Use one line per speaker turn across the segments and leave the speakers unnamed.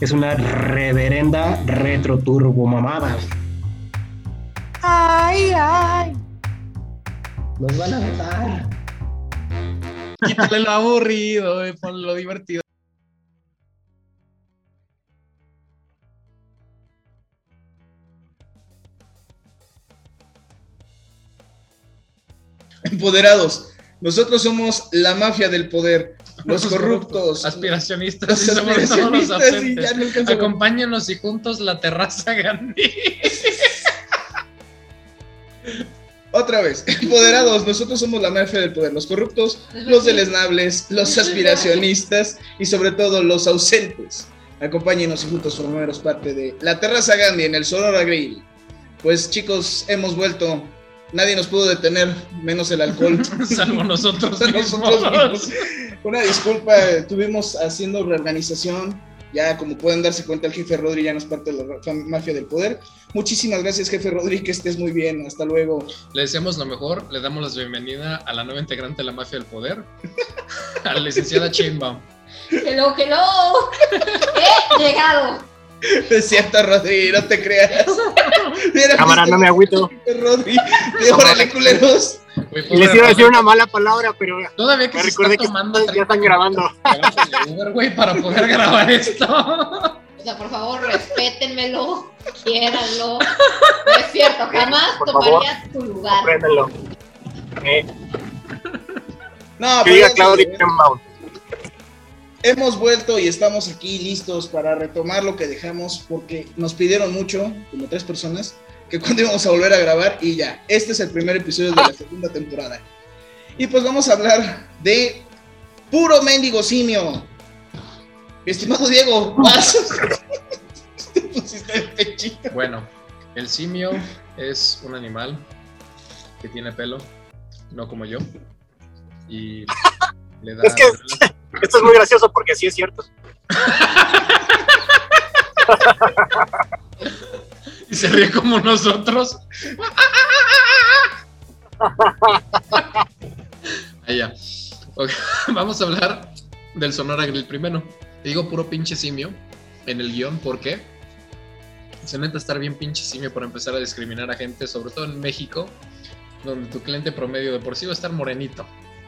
Es una reverenda retro turbo mamada. Nos van a matar.
Quítale lo aburrido, eh, pon lo divertido. Empoderados. Nosotros somos la mafia del poder, los corruptos,
aspiracionistas,
los
y somos todos los
aspiracionistas y
ausentes.
ya no alcanzo a-
Acompáñenos y juntos la terraza Gandhi.
Otra vez, empoderados, nosotros somos la mafia del poder, los corruptos, los deleznables, los aspiracionistas y sobre todo los ausentes. Acompáñenos y juntos formemos parte de La Terraza Gandhi en el Sonora Grill. Pues chicos, hemos vuelto. Nadie nos pudo detener, menos el alcohol.
Salvo nosotros mismos.
Nosotros mismos. Una disculpa, estuvimos haciendo reorganización. Ya, como pueden darse cuenta, el jefe Rodri ya no es parte de la ra- mafia del poder. Muchísimas gracias, jefe Rodri, que estés muy bien. Hasta luego.
Le deseamos lo mejor, le damos la bienvenida a la nueva integrante de la mafia del poder, a la licenciada Chainbaum.
Hello, hello. He llegado.
Es cierto, Rodri, no te creas. Mira,
Cámara,
viste,
no me agüito.
Rodri, de órale, culeros.
Güey, pobre
Les iba a decir
Rafa.
una mala palabra, pero ya
Todavía que
me
se
recordé
está
que
tomando
ya están
30
grabando.
minutos de Uber, güey, para poder grabar esto.
O sea, por favor, respétenmelo, quiéranlo. No es cierto, jamás
Por favor.
tomaría tu lugar.
Préndelo. Eh,
No,
que
pues
diga
ya
Claudio
sabes,
Chainbaum.
hemos vuelto y estamos aquí listos para retomar lo que dejamos porque nos pidieron mucho, como tres personas, que cuando íbamos a volver a grabar y ya. Este es el primer episodio de la segunda temporada. Y pues vamos a hablar de puro mendigo simio. Mi estimado Diego, vas. Te pusiste el pechito.
Bueno, el simio es un animal que tiene pelo, no como yo. Y le da.
Es que- Esto es muy gracioso porque sí es cierto.
Y se ríe como nosotros. Allá. Ok, Vamos a hablar del Sonora Grill primero. Te digo puro pinche simio en el guión porque se neta estar bien pinche simio por empezar a discriminar a gente, sobre todo en México, donde tu cliente promedio de por sí va a estar morenito.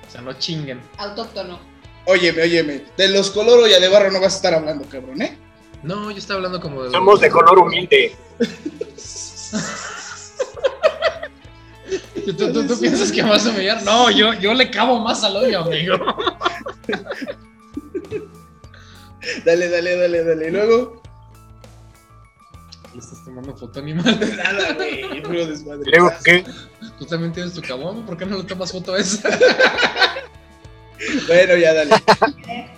O sea, no chinguen.
Autóctono.
Óyeme, óyeme, de los Coloro y de Barro no vas a estar hablando, cabrón, ¿eh?
No, yo estaba hablando como de...
Somos de color humilde.
¿Tú, tú- tú piensas que me vas a humillar? No, yo, yo le cabo más al hoyo, amigo.
Dale, dale, dale, dale. Y luego,
Le estás tomando foto animal.
nada, güey, puro desmadre.
Luego, ¿qué?
Tú también tienes tu cabón, ¿por qué no le tomas foto a esa?
Bueno, ya dale.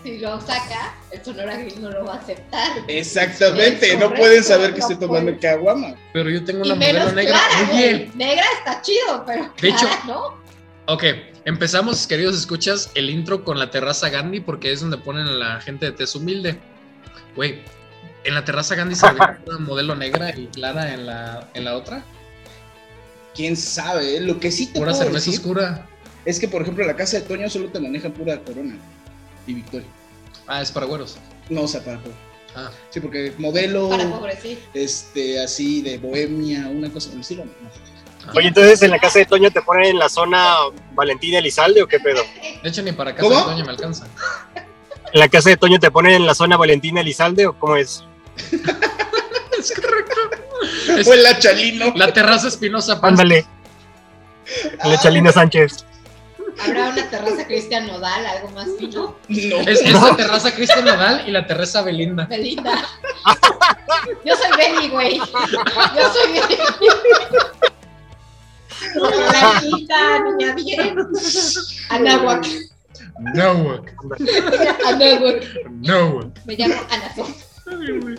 Si lo saca, el Sonora Grill no lo va a aceptar.
Exactamente,
Es
no
correcto,
pueden saber que
no
estoy tomando
pueden.
caguama.
Pero yo tengo
Y
una modelo
menos
negra.
clara,
Oye,
güey. Negra está chido, pero
De hecho-
clara, ¿no?
ok, empezamos, queridos escuchas, el intro con la terraza Gandhi porque es donde ponen a la gente de tez humilde. Güey, en la terraza Gandhi se ve una modelo negra y clara en la, en la otra.
Quién sabe, eh? lo que sí te
Pura
puedo
cerveza
decir
oscura.
es que, por ejemplo, en la casa de Toño solo te manejan pura corona y victoria.
Ah, es para güeros.
No, o sea, para pobre.
Ah,
Sí, porque modelo,
Para pobre, sí.
este, así de bohemia, una cosa del estilo. no.
Oye, entonces en la casa de Toño te ponen en la zona Valentín de Elizalde o qué pedo?
de hecho ni para casa
¿Cómo?
de Toño me alcanza.
¿En la casa de Toño te ponen en la zona Valentín de Elizalde o cómo es?
Es correcto. Es
O el achalino.
la terraza espinosa. pues.
Ándale, la Chalina Sánchez.
Habrá una terraza Cristian Nodal, algo más fino.
No.
Es, es la terraza Cristian Nadal y la terraza Belinda.
Belinda. Yo soy Benny, güey. Yo soy Benny. Blanquita, niña bien. Anáhuac.
No, güey.
Anáhuac.
No, güey.
Me llamo Anasofía.
Ay, güey.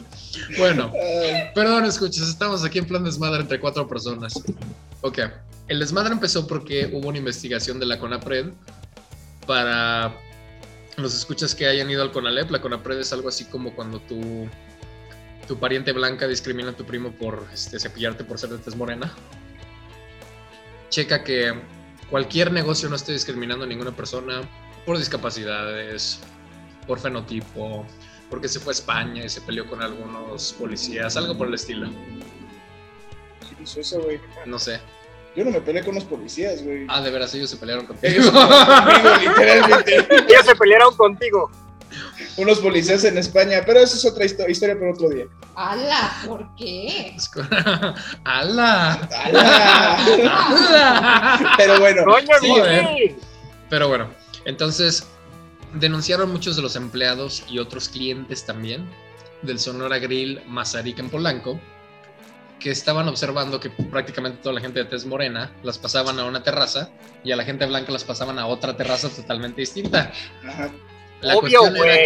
Bueno,
Ay,
perdón, escuchas, estamos aquí en plan desmadre entre cuatro personas. Ok, el desmadre empezó porque hubo una investigación de la CONAPRED para los escuchas que hayan ido al CONALEP. La CONAPRED es algo así como cuando tu, tu pariente blanca discrimina a tu primo por este, cepillarte por ser de tez morena. Checa que cualquier negocio no esté discriminando a ninguna persona por discapacidades, por fenotipo, porque se fue a España y se peleó con algunos policías, algo por el estilo.
¿qué hizo eso, güey?
No sé.
Yo no me peleé con los policías, güey.
Ah, de veras, ellos se pelearon contigo.
Ellos se pelearon conmigo, literalmente.
Ellos se pelearon contigo.
Unos policías en España, pero eso es otra histo- historia para otro día.
¡Hala! ¿Por qué?
¡Hala!
¡Hala!
¡Hala!
Ah. Pero bueno,
Coño,
Sí,
güey.
Pero bueno, entonces denunciaron muchos de los empleados y otros clientes también del Sonora Grill Mazarik en Polanco que estaban observando que prácticamente toda la gente de tez morena las pasaban a una terraza y a la gente blanca las pasaban a otra terraza totalmente distinta.
ajá.
La
Obvio,
cuestión era
güey.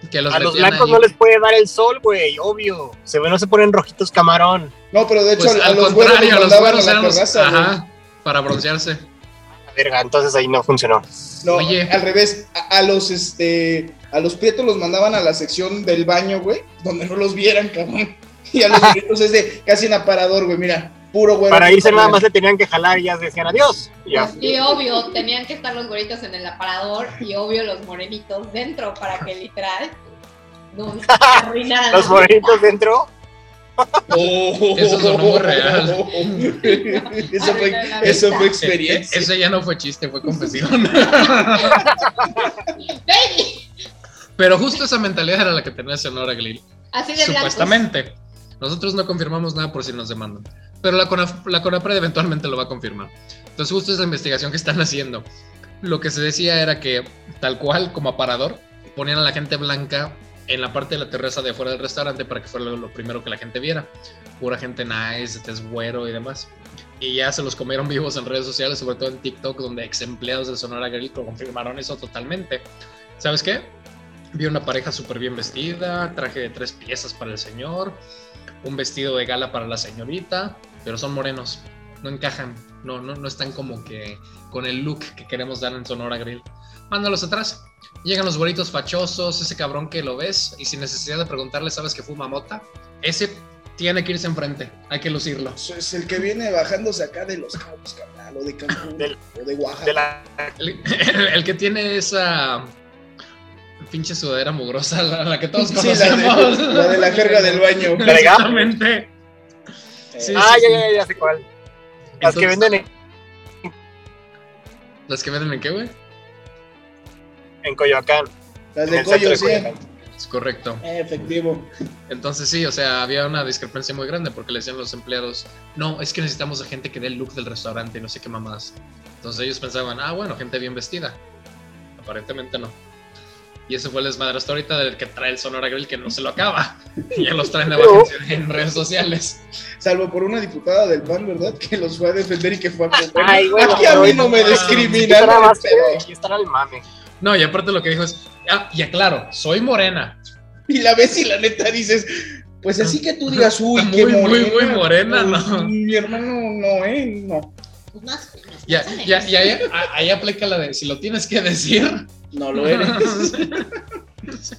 que- que los
A los
metían
blancos
ahí.
no les puede dar el sol, güey. Obvio. Se ve, no se ponen rojitos camarón.
No, pero de hecho
Pues,
a,
al
los güeros los
contrario, los
mandaban a
güeros
la
eran los...
terraza, güey.
Ajá, para broncearse.
La Verga, entonces ahí no funcionó.
No,
Pues, Oye.
al revés, a, a los este, a los prietos los mandaban a la sección del baño, güey, donde no los vieran, cabrón. Y a los prietos es de casi un aparador, güey, mira, puro güey.
Para irse nada más le tenían que jalar y ya decían adiós. Y ya.
Pues, Y obvio, tenían que estar los güeritos en el aparador y obvio los morenitos dentro para que literal no arruinaran.
Los morenitos dentro.
Oh.
Eso sonó muy real.
eso, fue,
Arruinan la
eso
vista.
fue
Eh,
experiencia.
Ese ya no fue chiste, fue confesión.
¡Baby!
Pero justo esa mentalidad era la que tenía Sonora Grill.
Así de blancos.
Supuestamente. Nosotros no confirmamos nada por si nos demandan. Pero la, Conaf- la CONAPRED eventualmente lo va a confirmar. Entonces, justo es la investigación que están haciendo. Lo que se decía era que, tal cual, como aparador, ponían a la gente blanca en la parte de la terraza de afuera del restaurante para que fuera lo, lo primero que la gente viera. Pura gente nice, de tez güero y demás. Y ya se los comieron vivos en redes sociales, sobre todo en TikTok, donde ex empleados del Sonora Grill confirmaron eso totalmente. ¿Sabes qué? Vi una pareja súper bien vestida, traje de tres piezas para el señor, un vestido de gala para la señorita, pero son morenos, no encajan, no, no, no están como que con el look que queremos dar en Sonora Grill. Mándalos atrás. Llegan los güeritos fachosos, ese cabrón que lo ves y sin necesidad de preguntarle, ¿sabes que fuma mota? Ese tiene que irse enfrente, hay que lucirlo.
Eso es el que viene bajándose acá de los cabos, carnal, o de Cancún,
Del-
o de Oaxaca.
De la
El, el- el que tiene esa pinche sudadera mugrosa, la, la que todos
Sí, la de,
conocemos.
la de la jerga del baño.
Verga.
Exactamente. Sí,
Eh, Ah,
sí,
ya,
sí.
ya, ya sé cuál. Las que
Entonces-
venden en,
¿Las que venden en qué, güey?
en Coyoacán.
Las
en
de
el centro
Coyo,
de
sí.
Coyoacán.
Es correcto.
Eh, Efectivo.
Entonces sí, o sea, había una discrepancia muy grande porque le decían los empleados, no, es que necesitamos a gente que dé el look del restaurante y no sé qué mamás. Entonces ellos pensaban, ah, bueno, gente bien vestida. Aparentemente no. Y ese fue el desmadre hasta ahorita del que trae el Sonora Grill que no se lo acaba. Y ya los traen de vacaciones en redes sociales.
Salvo por una diputada del PAN, ¿verdad? Que los fue a defender y que fue a comer.
Ay, güey,
Aquí a
pero
mí
hoy
no me
no.
discriminan.
Están a
no me
base de-
pedo.
Aquí están al mame.
No, y aparte lo que dijo es, ah, y aclaro, soy morena.
Y la ves y la neta dices, pues así que tú digas, uy,
Muy,
qué
muy,
morena.
muy morena, no.
Mi hermano no, ¿eh? No.
Pues no, no,
Ya,
no, no,
ya,
no.
ya, ya, a- ahí aplica la de, si lo tienes que decir.
No lo eres.
Sí.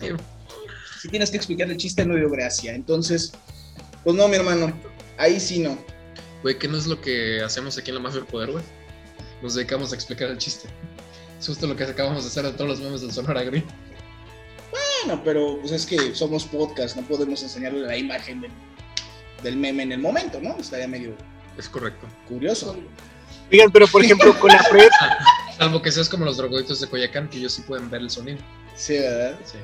si tienes que explicar el chiste, no dio gracia. Entonces, pues no, mi hermano. Ahí sí no.
Güey, ¿qué no es lo que hacemos aquí en la Mafia del Poder, güey? Nos dedicamos a explicar el chiste. Es justo lo que acabamos de hacer de todos los memes del Sonora Green.
Bueno, pero pues es que somos podcast, no podemos enseñarle la imagen del, del meme en el momento, ¿no? Estaría medio
Es correcto.
curioso.
Oigan, pero por ejemplo, con la Fred,
Salvo que seas como los drogoditos de Coyacán, que ellos sí pueden ver el sonido.
Sí, ¿verdad?
Sí.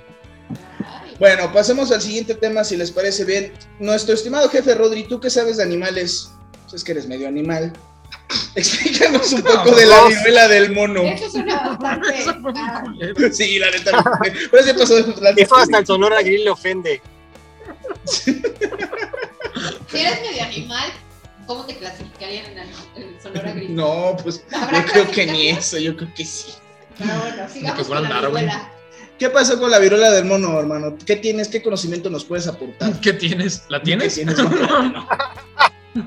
Ay,
Bueno, pasemos al siguiente tema, si les parece bien. Nuestro estimado jefe Rodri, ¿tú qué sabes de animales? Pues es que eres medio animal. Explícanos un poco de la
Vamos.
viruela del mono.
Eso suena bastante.
Eso fue muy
ah,
culero.
Sí, la neta. Pero se pasó de lanza.
eso hasta el Sonora Grill le ofende.
si eres medio animal, ¿cómo te clasificarían en el, en el Sonora Gris?
No, pues
¿Habrá
yo creo que ni
clasificación?
eso, yo creo que sí.
Pero bueno, sigamos
que
con
fueran
la
Darwin.
viruela.
¿Qué pasó con la viruela del mono, hermano? ¿Qué tienes? ¿Qué conocimiento nos puedes aportar?
¿Qué tienes? ¿La tienes?
¿Qué tienes?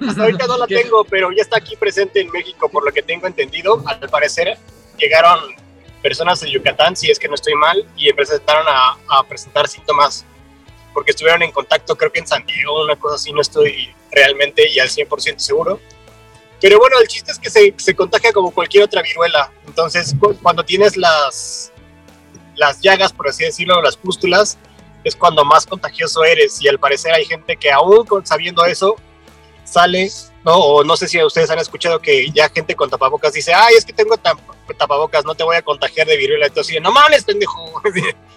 Hasta ahorita no la
¿Qué?
tengo, pero ya está aquí presente en México, por lo que tengo entendido. Al parecer llegaron personas de Yucatán, si es que no estoy mal, y presentaron a, a presentar síntomas, porque estuvieron en contacto, creo que en San Diego, una cosa así, no estoy realmente y al 100% seguro. Pero bueno, el chiste es que se, se contagia como cualquier otra viruela. Entonces, cu- cuando tienes las, las llagas, por así decirlo, las pústulas, es cuando más contagioso eres. Y al parecer hay gente que aún con- sabiendo eso, sale, ¿no? O no sé si ustedes han escuchado que ya gente con tapabocas dice, ay, es que tengo tap- tapabocas, no te voy a contagiar de viruela. Entonces, no mames, pendejo.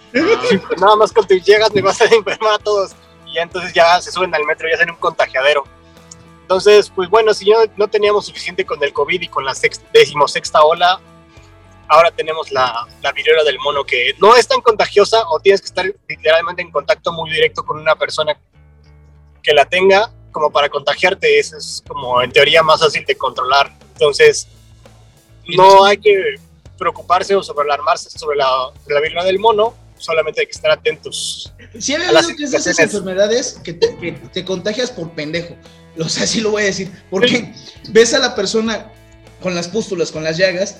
Nada más cuando llegas me vas a enfermar a todos. Y ya entonces ya se suben al metro y hacen un contagiadero. Entonces, pues bueno, si no, no teníamos suficiente con el COVID y con la sex- decimosexta ola, ahora tenemos la, la viruela del mono que no es tan contagiosa o tienes que estar literalmente en contacto muy directo con una persona que la tenga como para contagiarte. Eso es como en teoría más fácil de controlar. Entonces, no hay que preocuparse o sobrealarmarse sobre la, la viruela del mono, solamente hay que estar atentos.
Si había
A las
habido que es de esas
situaciones.
enfermedades que te, que te contagias por pendejo. O sea, sí lo voy a decir. Porque ves a la persona con las pústulas, con las llagas,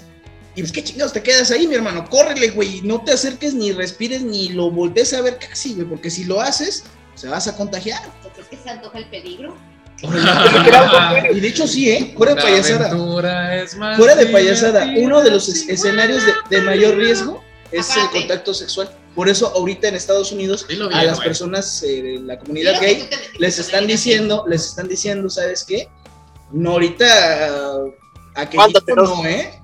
y pues qué chingados te quedas ahí, mi hermano. Córrele, güey. y No te acerques, ni respires, ni lo voltees a ver casi, güey. Porque si lo haces, se vas a contagiar.
¿Tú crees que se antoja el peligro?
Y de hecho, sí, ¿eh? Fuera de
La
payasada.
aventura es más
Fuera de payasada.
divertida
Uno de los
sin
es- escenarios de, de mayor riesgo es el
Aparte.
contacto sexual. Por eso, ahorita en Estados Unidos,
Dilo
a
bien,
las
güey.
personas eh, de la
Mira
comunidad
que
gay
tú te-
les
te
están
venías
diciendo, les están diciendo, ¿sabes qué? No ahorita a que
Aguántate,
no, ¿eh?
así.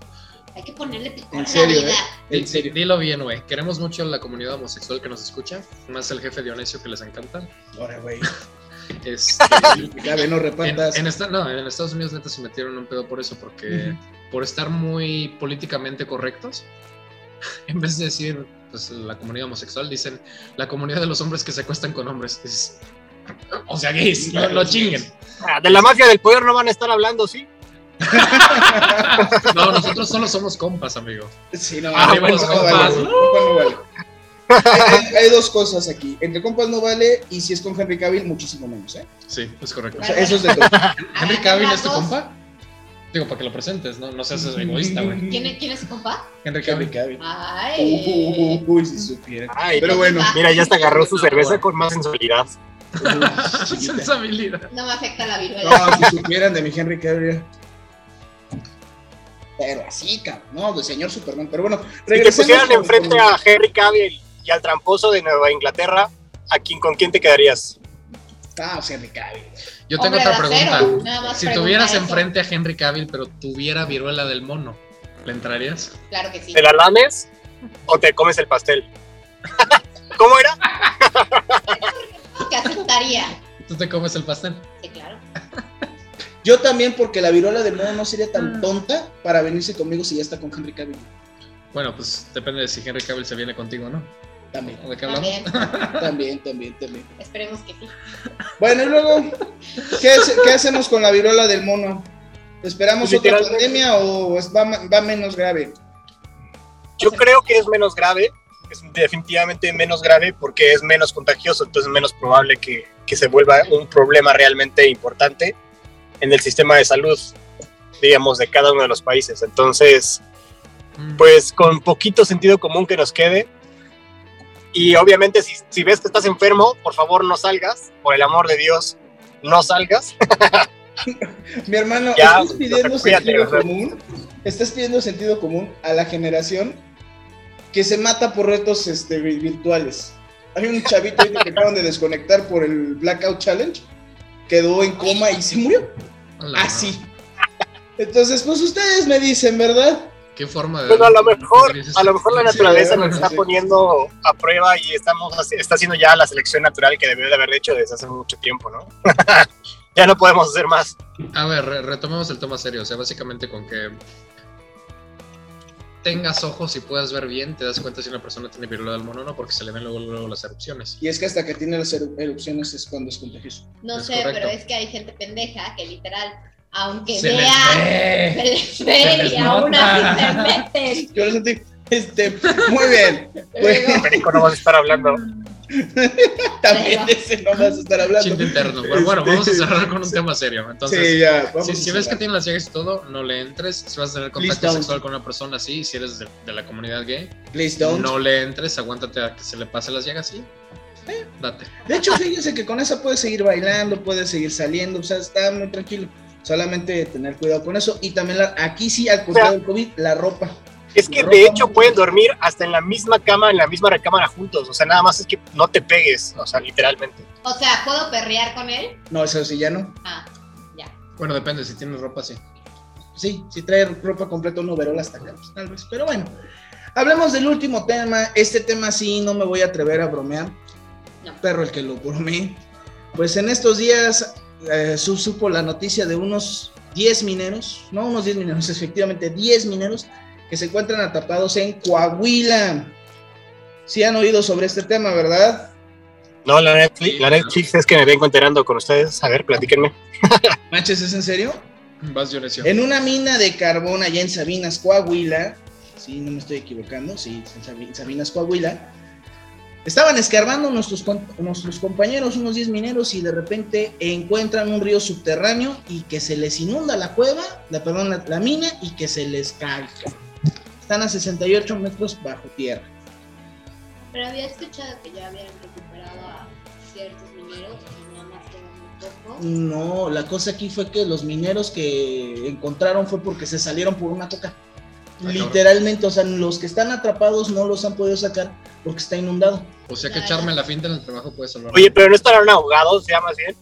Hay que ponerle picor
En
a la
serio,
vida.
¿eh?
Di-
En
di-
serio.
Dilo bien, güey. Queremos mucho a la comunidad homosexual que nos escucha, más el jefe Dionisio que les encanta.
Ahora, güey.
Este,
Cabe, no
en,
repartas.
en esta- no, en Estados Unidos neta se metieron un pedo por eso, porque por estar muy políticamente correctos, en vez de decir pues, la comunidad homosexual, dicen la comunidad de los hombres que se acuestan con hombres. Es- o sea, gays, no, no chinguen.
Ah, De la mafia del poder no van a estar hablando, ¿sí?
No, nosotros solo somos compas, amigo.
Sí, no,
Ah,
entre
bueno,
compas no
compas,
vale, güey, compas no vale. Hay, hay- hay dos cosas aquí. Entre compas no vale y si es con Henry Cavill, muchísimo menos, ¿eh?
Sí, es correcto.
O sea, eso es de todo.
Henry Cavill es tu
Agarra las dos.
compa. Digo, para que lo presentes, no, no seas egoísta, güey.
¿Quién, es- quién es su compa?
Henry
Henry
Cavill.
Cavill.
Ay.
Uh.
Uy, si supiera.
Ay,
Pero bueno.
Mira, ya hasta agarró su cerveza con más sensualidad.
Uy, chiquita.
Sensibilidad.
No me afecta la viruela.
No, si supieran de mi Henry Cavill. Pero así, cabrón. No, del señor Superman. Pero bueno,
Si te
regresemos
pusieran
con-
enfrente a Henry Cavill y al tramposo de Nueva Inglaterra, ¿a quién, ¿con quién te quedarías?
Ah, Henry Cavill.
Yo tengo
Hombre
otra
de
pregunta.
acero, nada más
Si
pregunta
tuvieras
eso.
enfrente a Henry Cavill, pero tuviera viruela del mono, ¿le entrarías?
Claro que sí.
¿Te la lames o te comes el pastel? ¿Cómo era?
Que aceptaría.
¿Tú te comes el pastel?
Sí, claro.
Yo también, porque la viruela de mono no sería tan tonta para venirse conmigo si ya está con Henry Cavill.
Bueno, pues depende de si Henry Cavill se viene contigo o no.
También,
¿O ¿De qué hablamos?
También.
también, también, también.
Esperemos que sí.
Bueno, y luego, ¿qué, hace- qué hacemos con la viruela del mono? ¿Esperamos
Pues,
otra
literalmente-
pandemia o es- va, ma- va menos grave?
Yo creo que es menos grave, es definitivamente menos grave porque es menos contagioso, entonces es menos probable que, que se vuelva un problema realmente importante en el sistema de salud, digamos, de cada uno de los países. Entonces,
Mm.
pues con poquito sentido común que nos quede. Y obviamente si, si ves que estás enfermo, por favor no salgas, por el amor de Dios, no salgas.
Mi hermano,
Ya,
¿estás pidiendo
o sea, cuídate,
sentido
o sea.
común? ¿Estás pidiendo sentido común a la generación que se mata por retos este, vi- virtuales? Hay un chavito ahorita que acaban de desconectar por el Blackout Challenge, quedó en coma y se murió.
ah,
Hola,
Así. Entonces, pues ustedes me dicen, ¿verdad?
¿Qué forma de.?
Pero a lo mejor,
de-
a lo mejor la
Sí.
naturaleza nos
sí.
está poniendo a prueba y estamos haci- está haciendo ya la selección natural que debió de haber hecho desde hace mucho tiempo, ¿no? ya no podemos hacer más.
A ver, re- retomemos el tema serio. O sea, básicamente con que tengas ojos y puedas ver bien, te das cuenta si una persona tiene viruela del mono o no, porque se le ven luego, luego las erupciones.
Y es que hasta que tiene las eru- erupciones es cuando es contagioso.
No
Es
sé,
correcto.
pero es que hay gente pendeja que literal, aunque
Se les
vea,
ve.
se les ve
Se les
y aún
nota.
así se meten.
Yo lo sentí. Este, muy bien.
Luego,
Perico, no vas a estar hablando.
También de ese no vas a estar
Chiste
hablando.
interno. Pero bueno,
Este,
vamos a cerrar con un tema serio. Entonces,
sí, ya. Vamos
si,
a
si ves que
cerrar.
tienen las llagas y todo, no le entres. Si vas a tener contacto
Please don't.
sexual con una persona así, si eres de, de la comunidad gay,
Please don't.
no le entres, aguántate a que se le pase las llagas y date.
De hecho, fíjense que con esa puedes seguir bailando, puedes seguir saliendo, o sea, está muy tranquilo. Solamente tener cuidado con eso. Y también la- aquí sí, al contrario del COVID, la ropa.
Es que de hecho pueden dormir hasta en la misma cama, en la misma recámara juntos. O sea, nada más es que no te pegues, o sea, literalmente.
o sea, ¿puedo perrear con él?
No, eso sí, ya no.
Ah,
Bueno, depende, si tienes ropa, sí.
Sí, si trae ropa completa, un overol hasta acá, pues, tal vez. Pero bueno, hablemos del último tema. Este tema sí, no me voy a atrever a bromear.
No.
Perro el que lo bromeé. Pues en estos días eh, su- supo la noticia de unos 10 mineros, no unos 10 mineros, efectivamente 10 mineros que se encuentran atrapados en Coahuila. Sí han oído sobre este tema, ¿verdad?
No, la Netflix, la Netflix es que me vengo enterando con ustedes. A ver, platíquenme.
Manches, ¿es en serio?
Vas, Dionisio.
En una mina de carbón allá en Sabinas, Coahuila, sí, no me estoy equivocando, sí, es en Sabi- Sabinas, Coahuila, estaban escarbando nuestros, com- nuestros compañeros, unos 10 mineros, y de repente encuentran un río subterráneo y que se les inunda la cueva, la, perdón, la, la mina, y que se les caiga. Están a 68 metros bajo tierra.
pero había escuchado que ya habían recuperado a ciertos mineros y nada más quedan muy pocos.
No, la cosa aquí fue que los mineros que encontraron fue porque se salieron por una toca.
Ah, cabrón.
Literalmente, o sea, los que están atrapados no los han podido sacar porque está inundado.
O sea que echarme la finta en el trabajo puede salvar.
Oye, pero no estarán ahogados, ya más bien.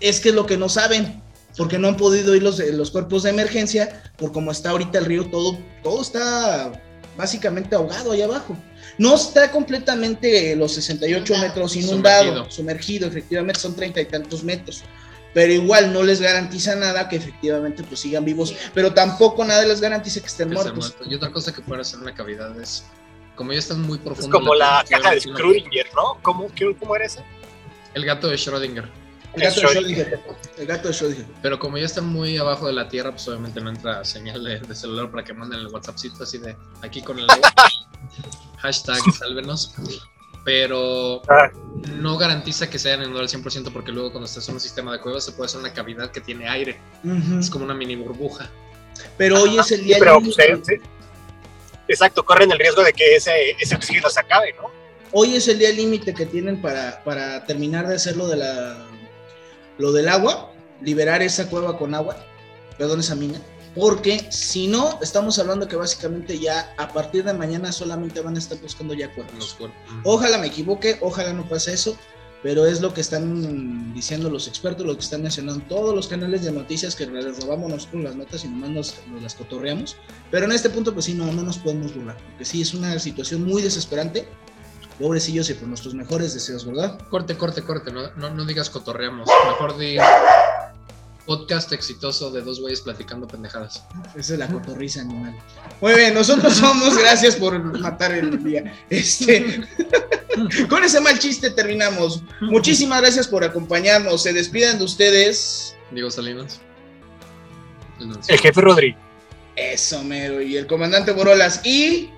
Es que es lo que no saben, porque no han podido ir los, los cuerpos de emergencia por como está ahorita el río, todo, todo está básicamente ahogado allá abajo. No está completamente eh, los 68
Inundado.
metros inundado,
Sumergido.
sumergido. efectivamente, son treinta y tantos metros. Pero igual no les garantiza nada que efectivamente pues sigan vivos, pero tampoco nada les garantiza que estén
que esté
muertos.
muerto. Y otra cosa que puede hacer una cavidad es, como ya están muy profundo.
Es como la
tecnología,
caja de
imagino-
Schrödinger, ¿no? ¿Cómo, qué- cómo era esa?
El gato de Schrödinger.
El gato de
Es
Schrödinger. El gato de Schrödinger.
Pero como ya están muy abajo de la tierra, pues obviamente no entra señal de, de celular para que manden el WhatsAppcito así de aquí con el agua. Hashtag sálvenos. Pero
Ah.
no garantiza que se hayan inundado al 100% porque luego cuando estás en un sistema de cuevas se puede hacer una cavidad que tiene aire.
Ujú.
Es como una mini burbuja.
Pero hoy es el día
Pero,
del
pues,
niño.
eh, sí. Exacto, corren el riesgo de que ese, ese oxígeno se acabe, ¿no?
hoy es el día límite que tienen para, para terminar de hacer lo, de la, lo del agua, liberar esa cueva con agua, perdón, esa mina, porque si no, estamos hablando que básicamente ya a partir de mañana solamente van a estar buscando ya
en
cuerpos.
los cuerpos.
Ojalá me equivoque, ojalá no pase eso, pero es lo que están diciendo los expertos, lo que están mencionando todos los canales de noticias que les robamos nosotros las notas y nomás nos, nos las cotorreamos. Pero en este punto, pues sí, no, no nos podemos burlar, porque sí, es una situación muy desesperante. Pobrecillos y por nuestros mejores deseos, ¿verdad?
Corte, corte, corte. No, no, no digas cotorreamos. Mejor di podcast exitoso de dos güeyes platicando pendejadas.
Esa es la cotorriza animal. Muy bien, nosotros somos, gracias por matar el día. Este, con ese mal chiste terminamos. Muchísimas gracias por acompañarnos. Se despiden de ustedes.
Diego Salinas. El Nancy.
El jefe Rodríguez.
Eso, mero. Y el comandante Borolas y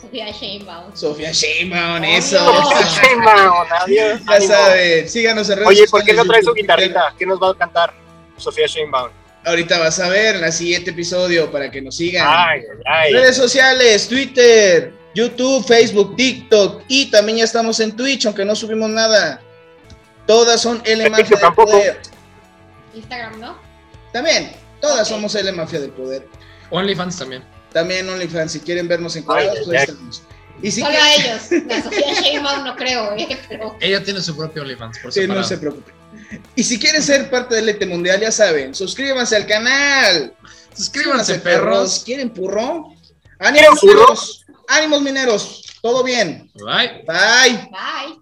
Sofía Sheinbaum.
Sofía Sheinbaum.
Oh,
Eso.
no.
ya saben.
adiós.
Ya saben. Síganos en redes
Oye, ¿por qué
sociales,
no trae su
YouTube, Twitter.
guitarrita? ¿Qué nos va a cantar Sofía Sheinbaum?
Ahorita vas a ver en el siguiente episodio para que nos sigan.
Ay, ay, ay.
Redes sociales, Twitter, YouTube, Facebook, TikTok y también ya estamos en Twitch, aunque no subimos nada. Todas son L
En
Mafia
Twitch
del
tampoco.
Poder.
Instagram, ¿no?
También, todas
Ok.
somos L Mafia del Poder.
OnlyFans también.
También OnlyFans, si quieren vernos en
Ay,
cuadros,
ay,
pues ahí
ay.
estamos. Y si
Solo
quieren,
a ellos. La Sofía Sheinbaum no creo, ¿eh? Pero
Ella tiene su propio OnlyFans, por
sí,
separado.
no se preocupen. Y si quieren ser parte del ET Mundial, ya saben, suscríbanse al canal.
Suscríbanse, perros.
¿Quieren purro? Ánimos
purro?
mineros. Ánimos mineros. Todo bien.
Bye.
Bye.
bye.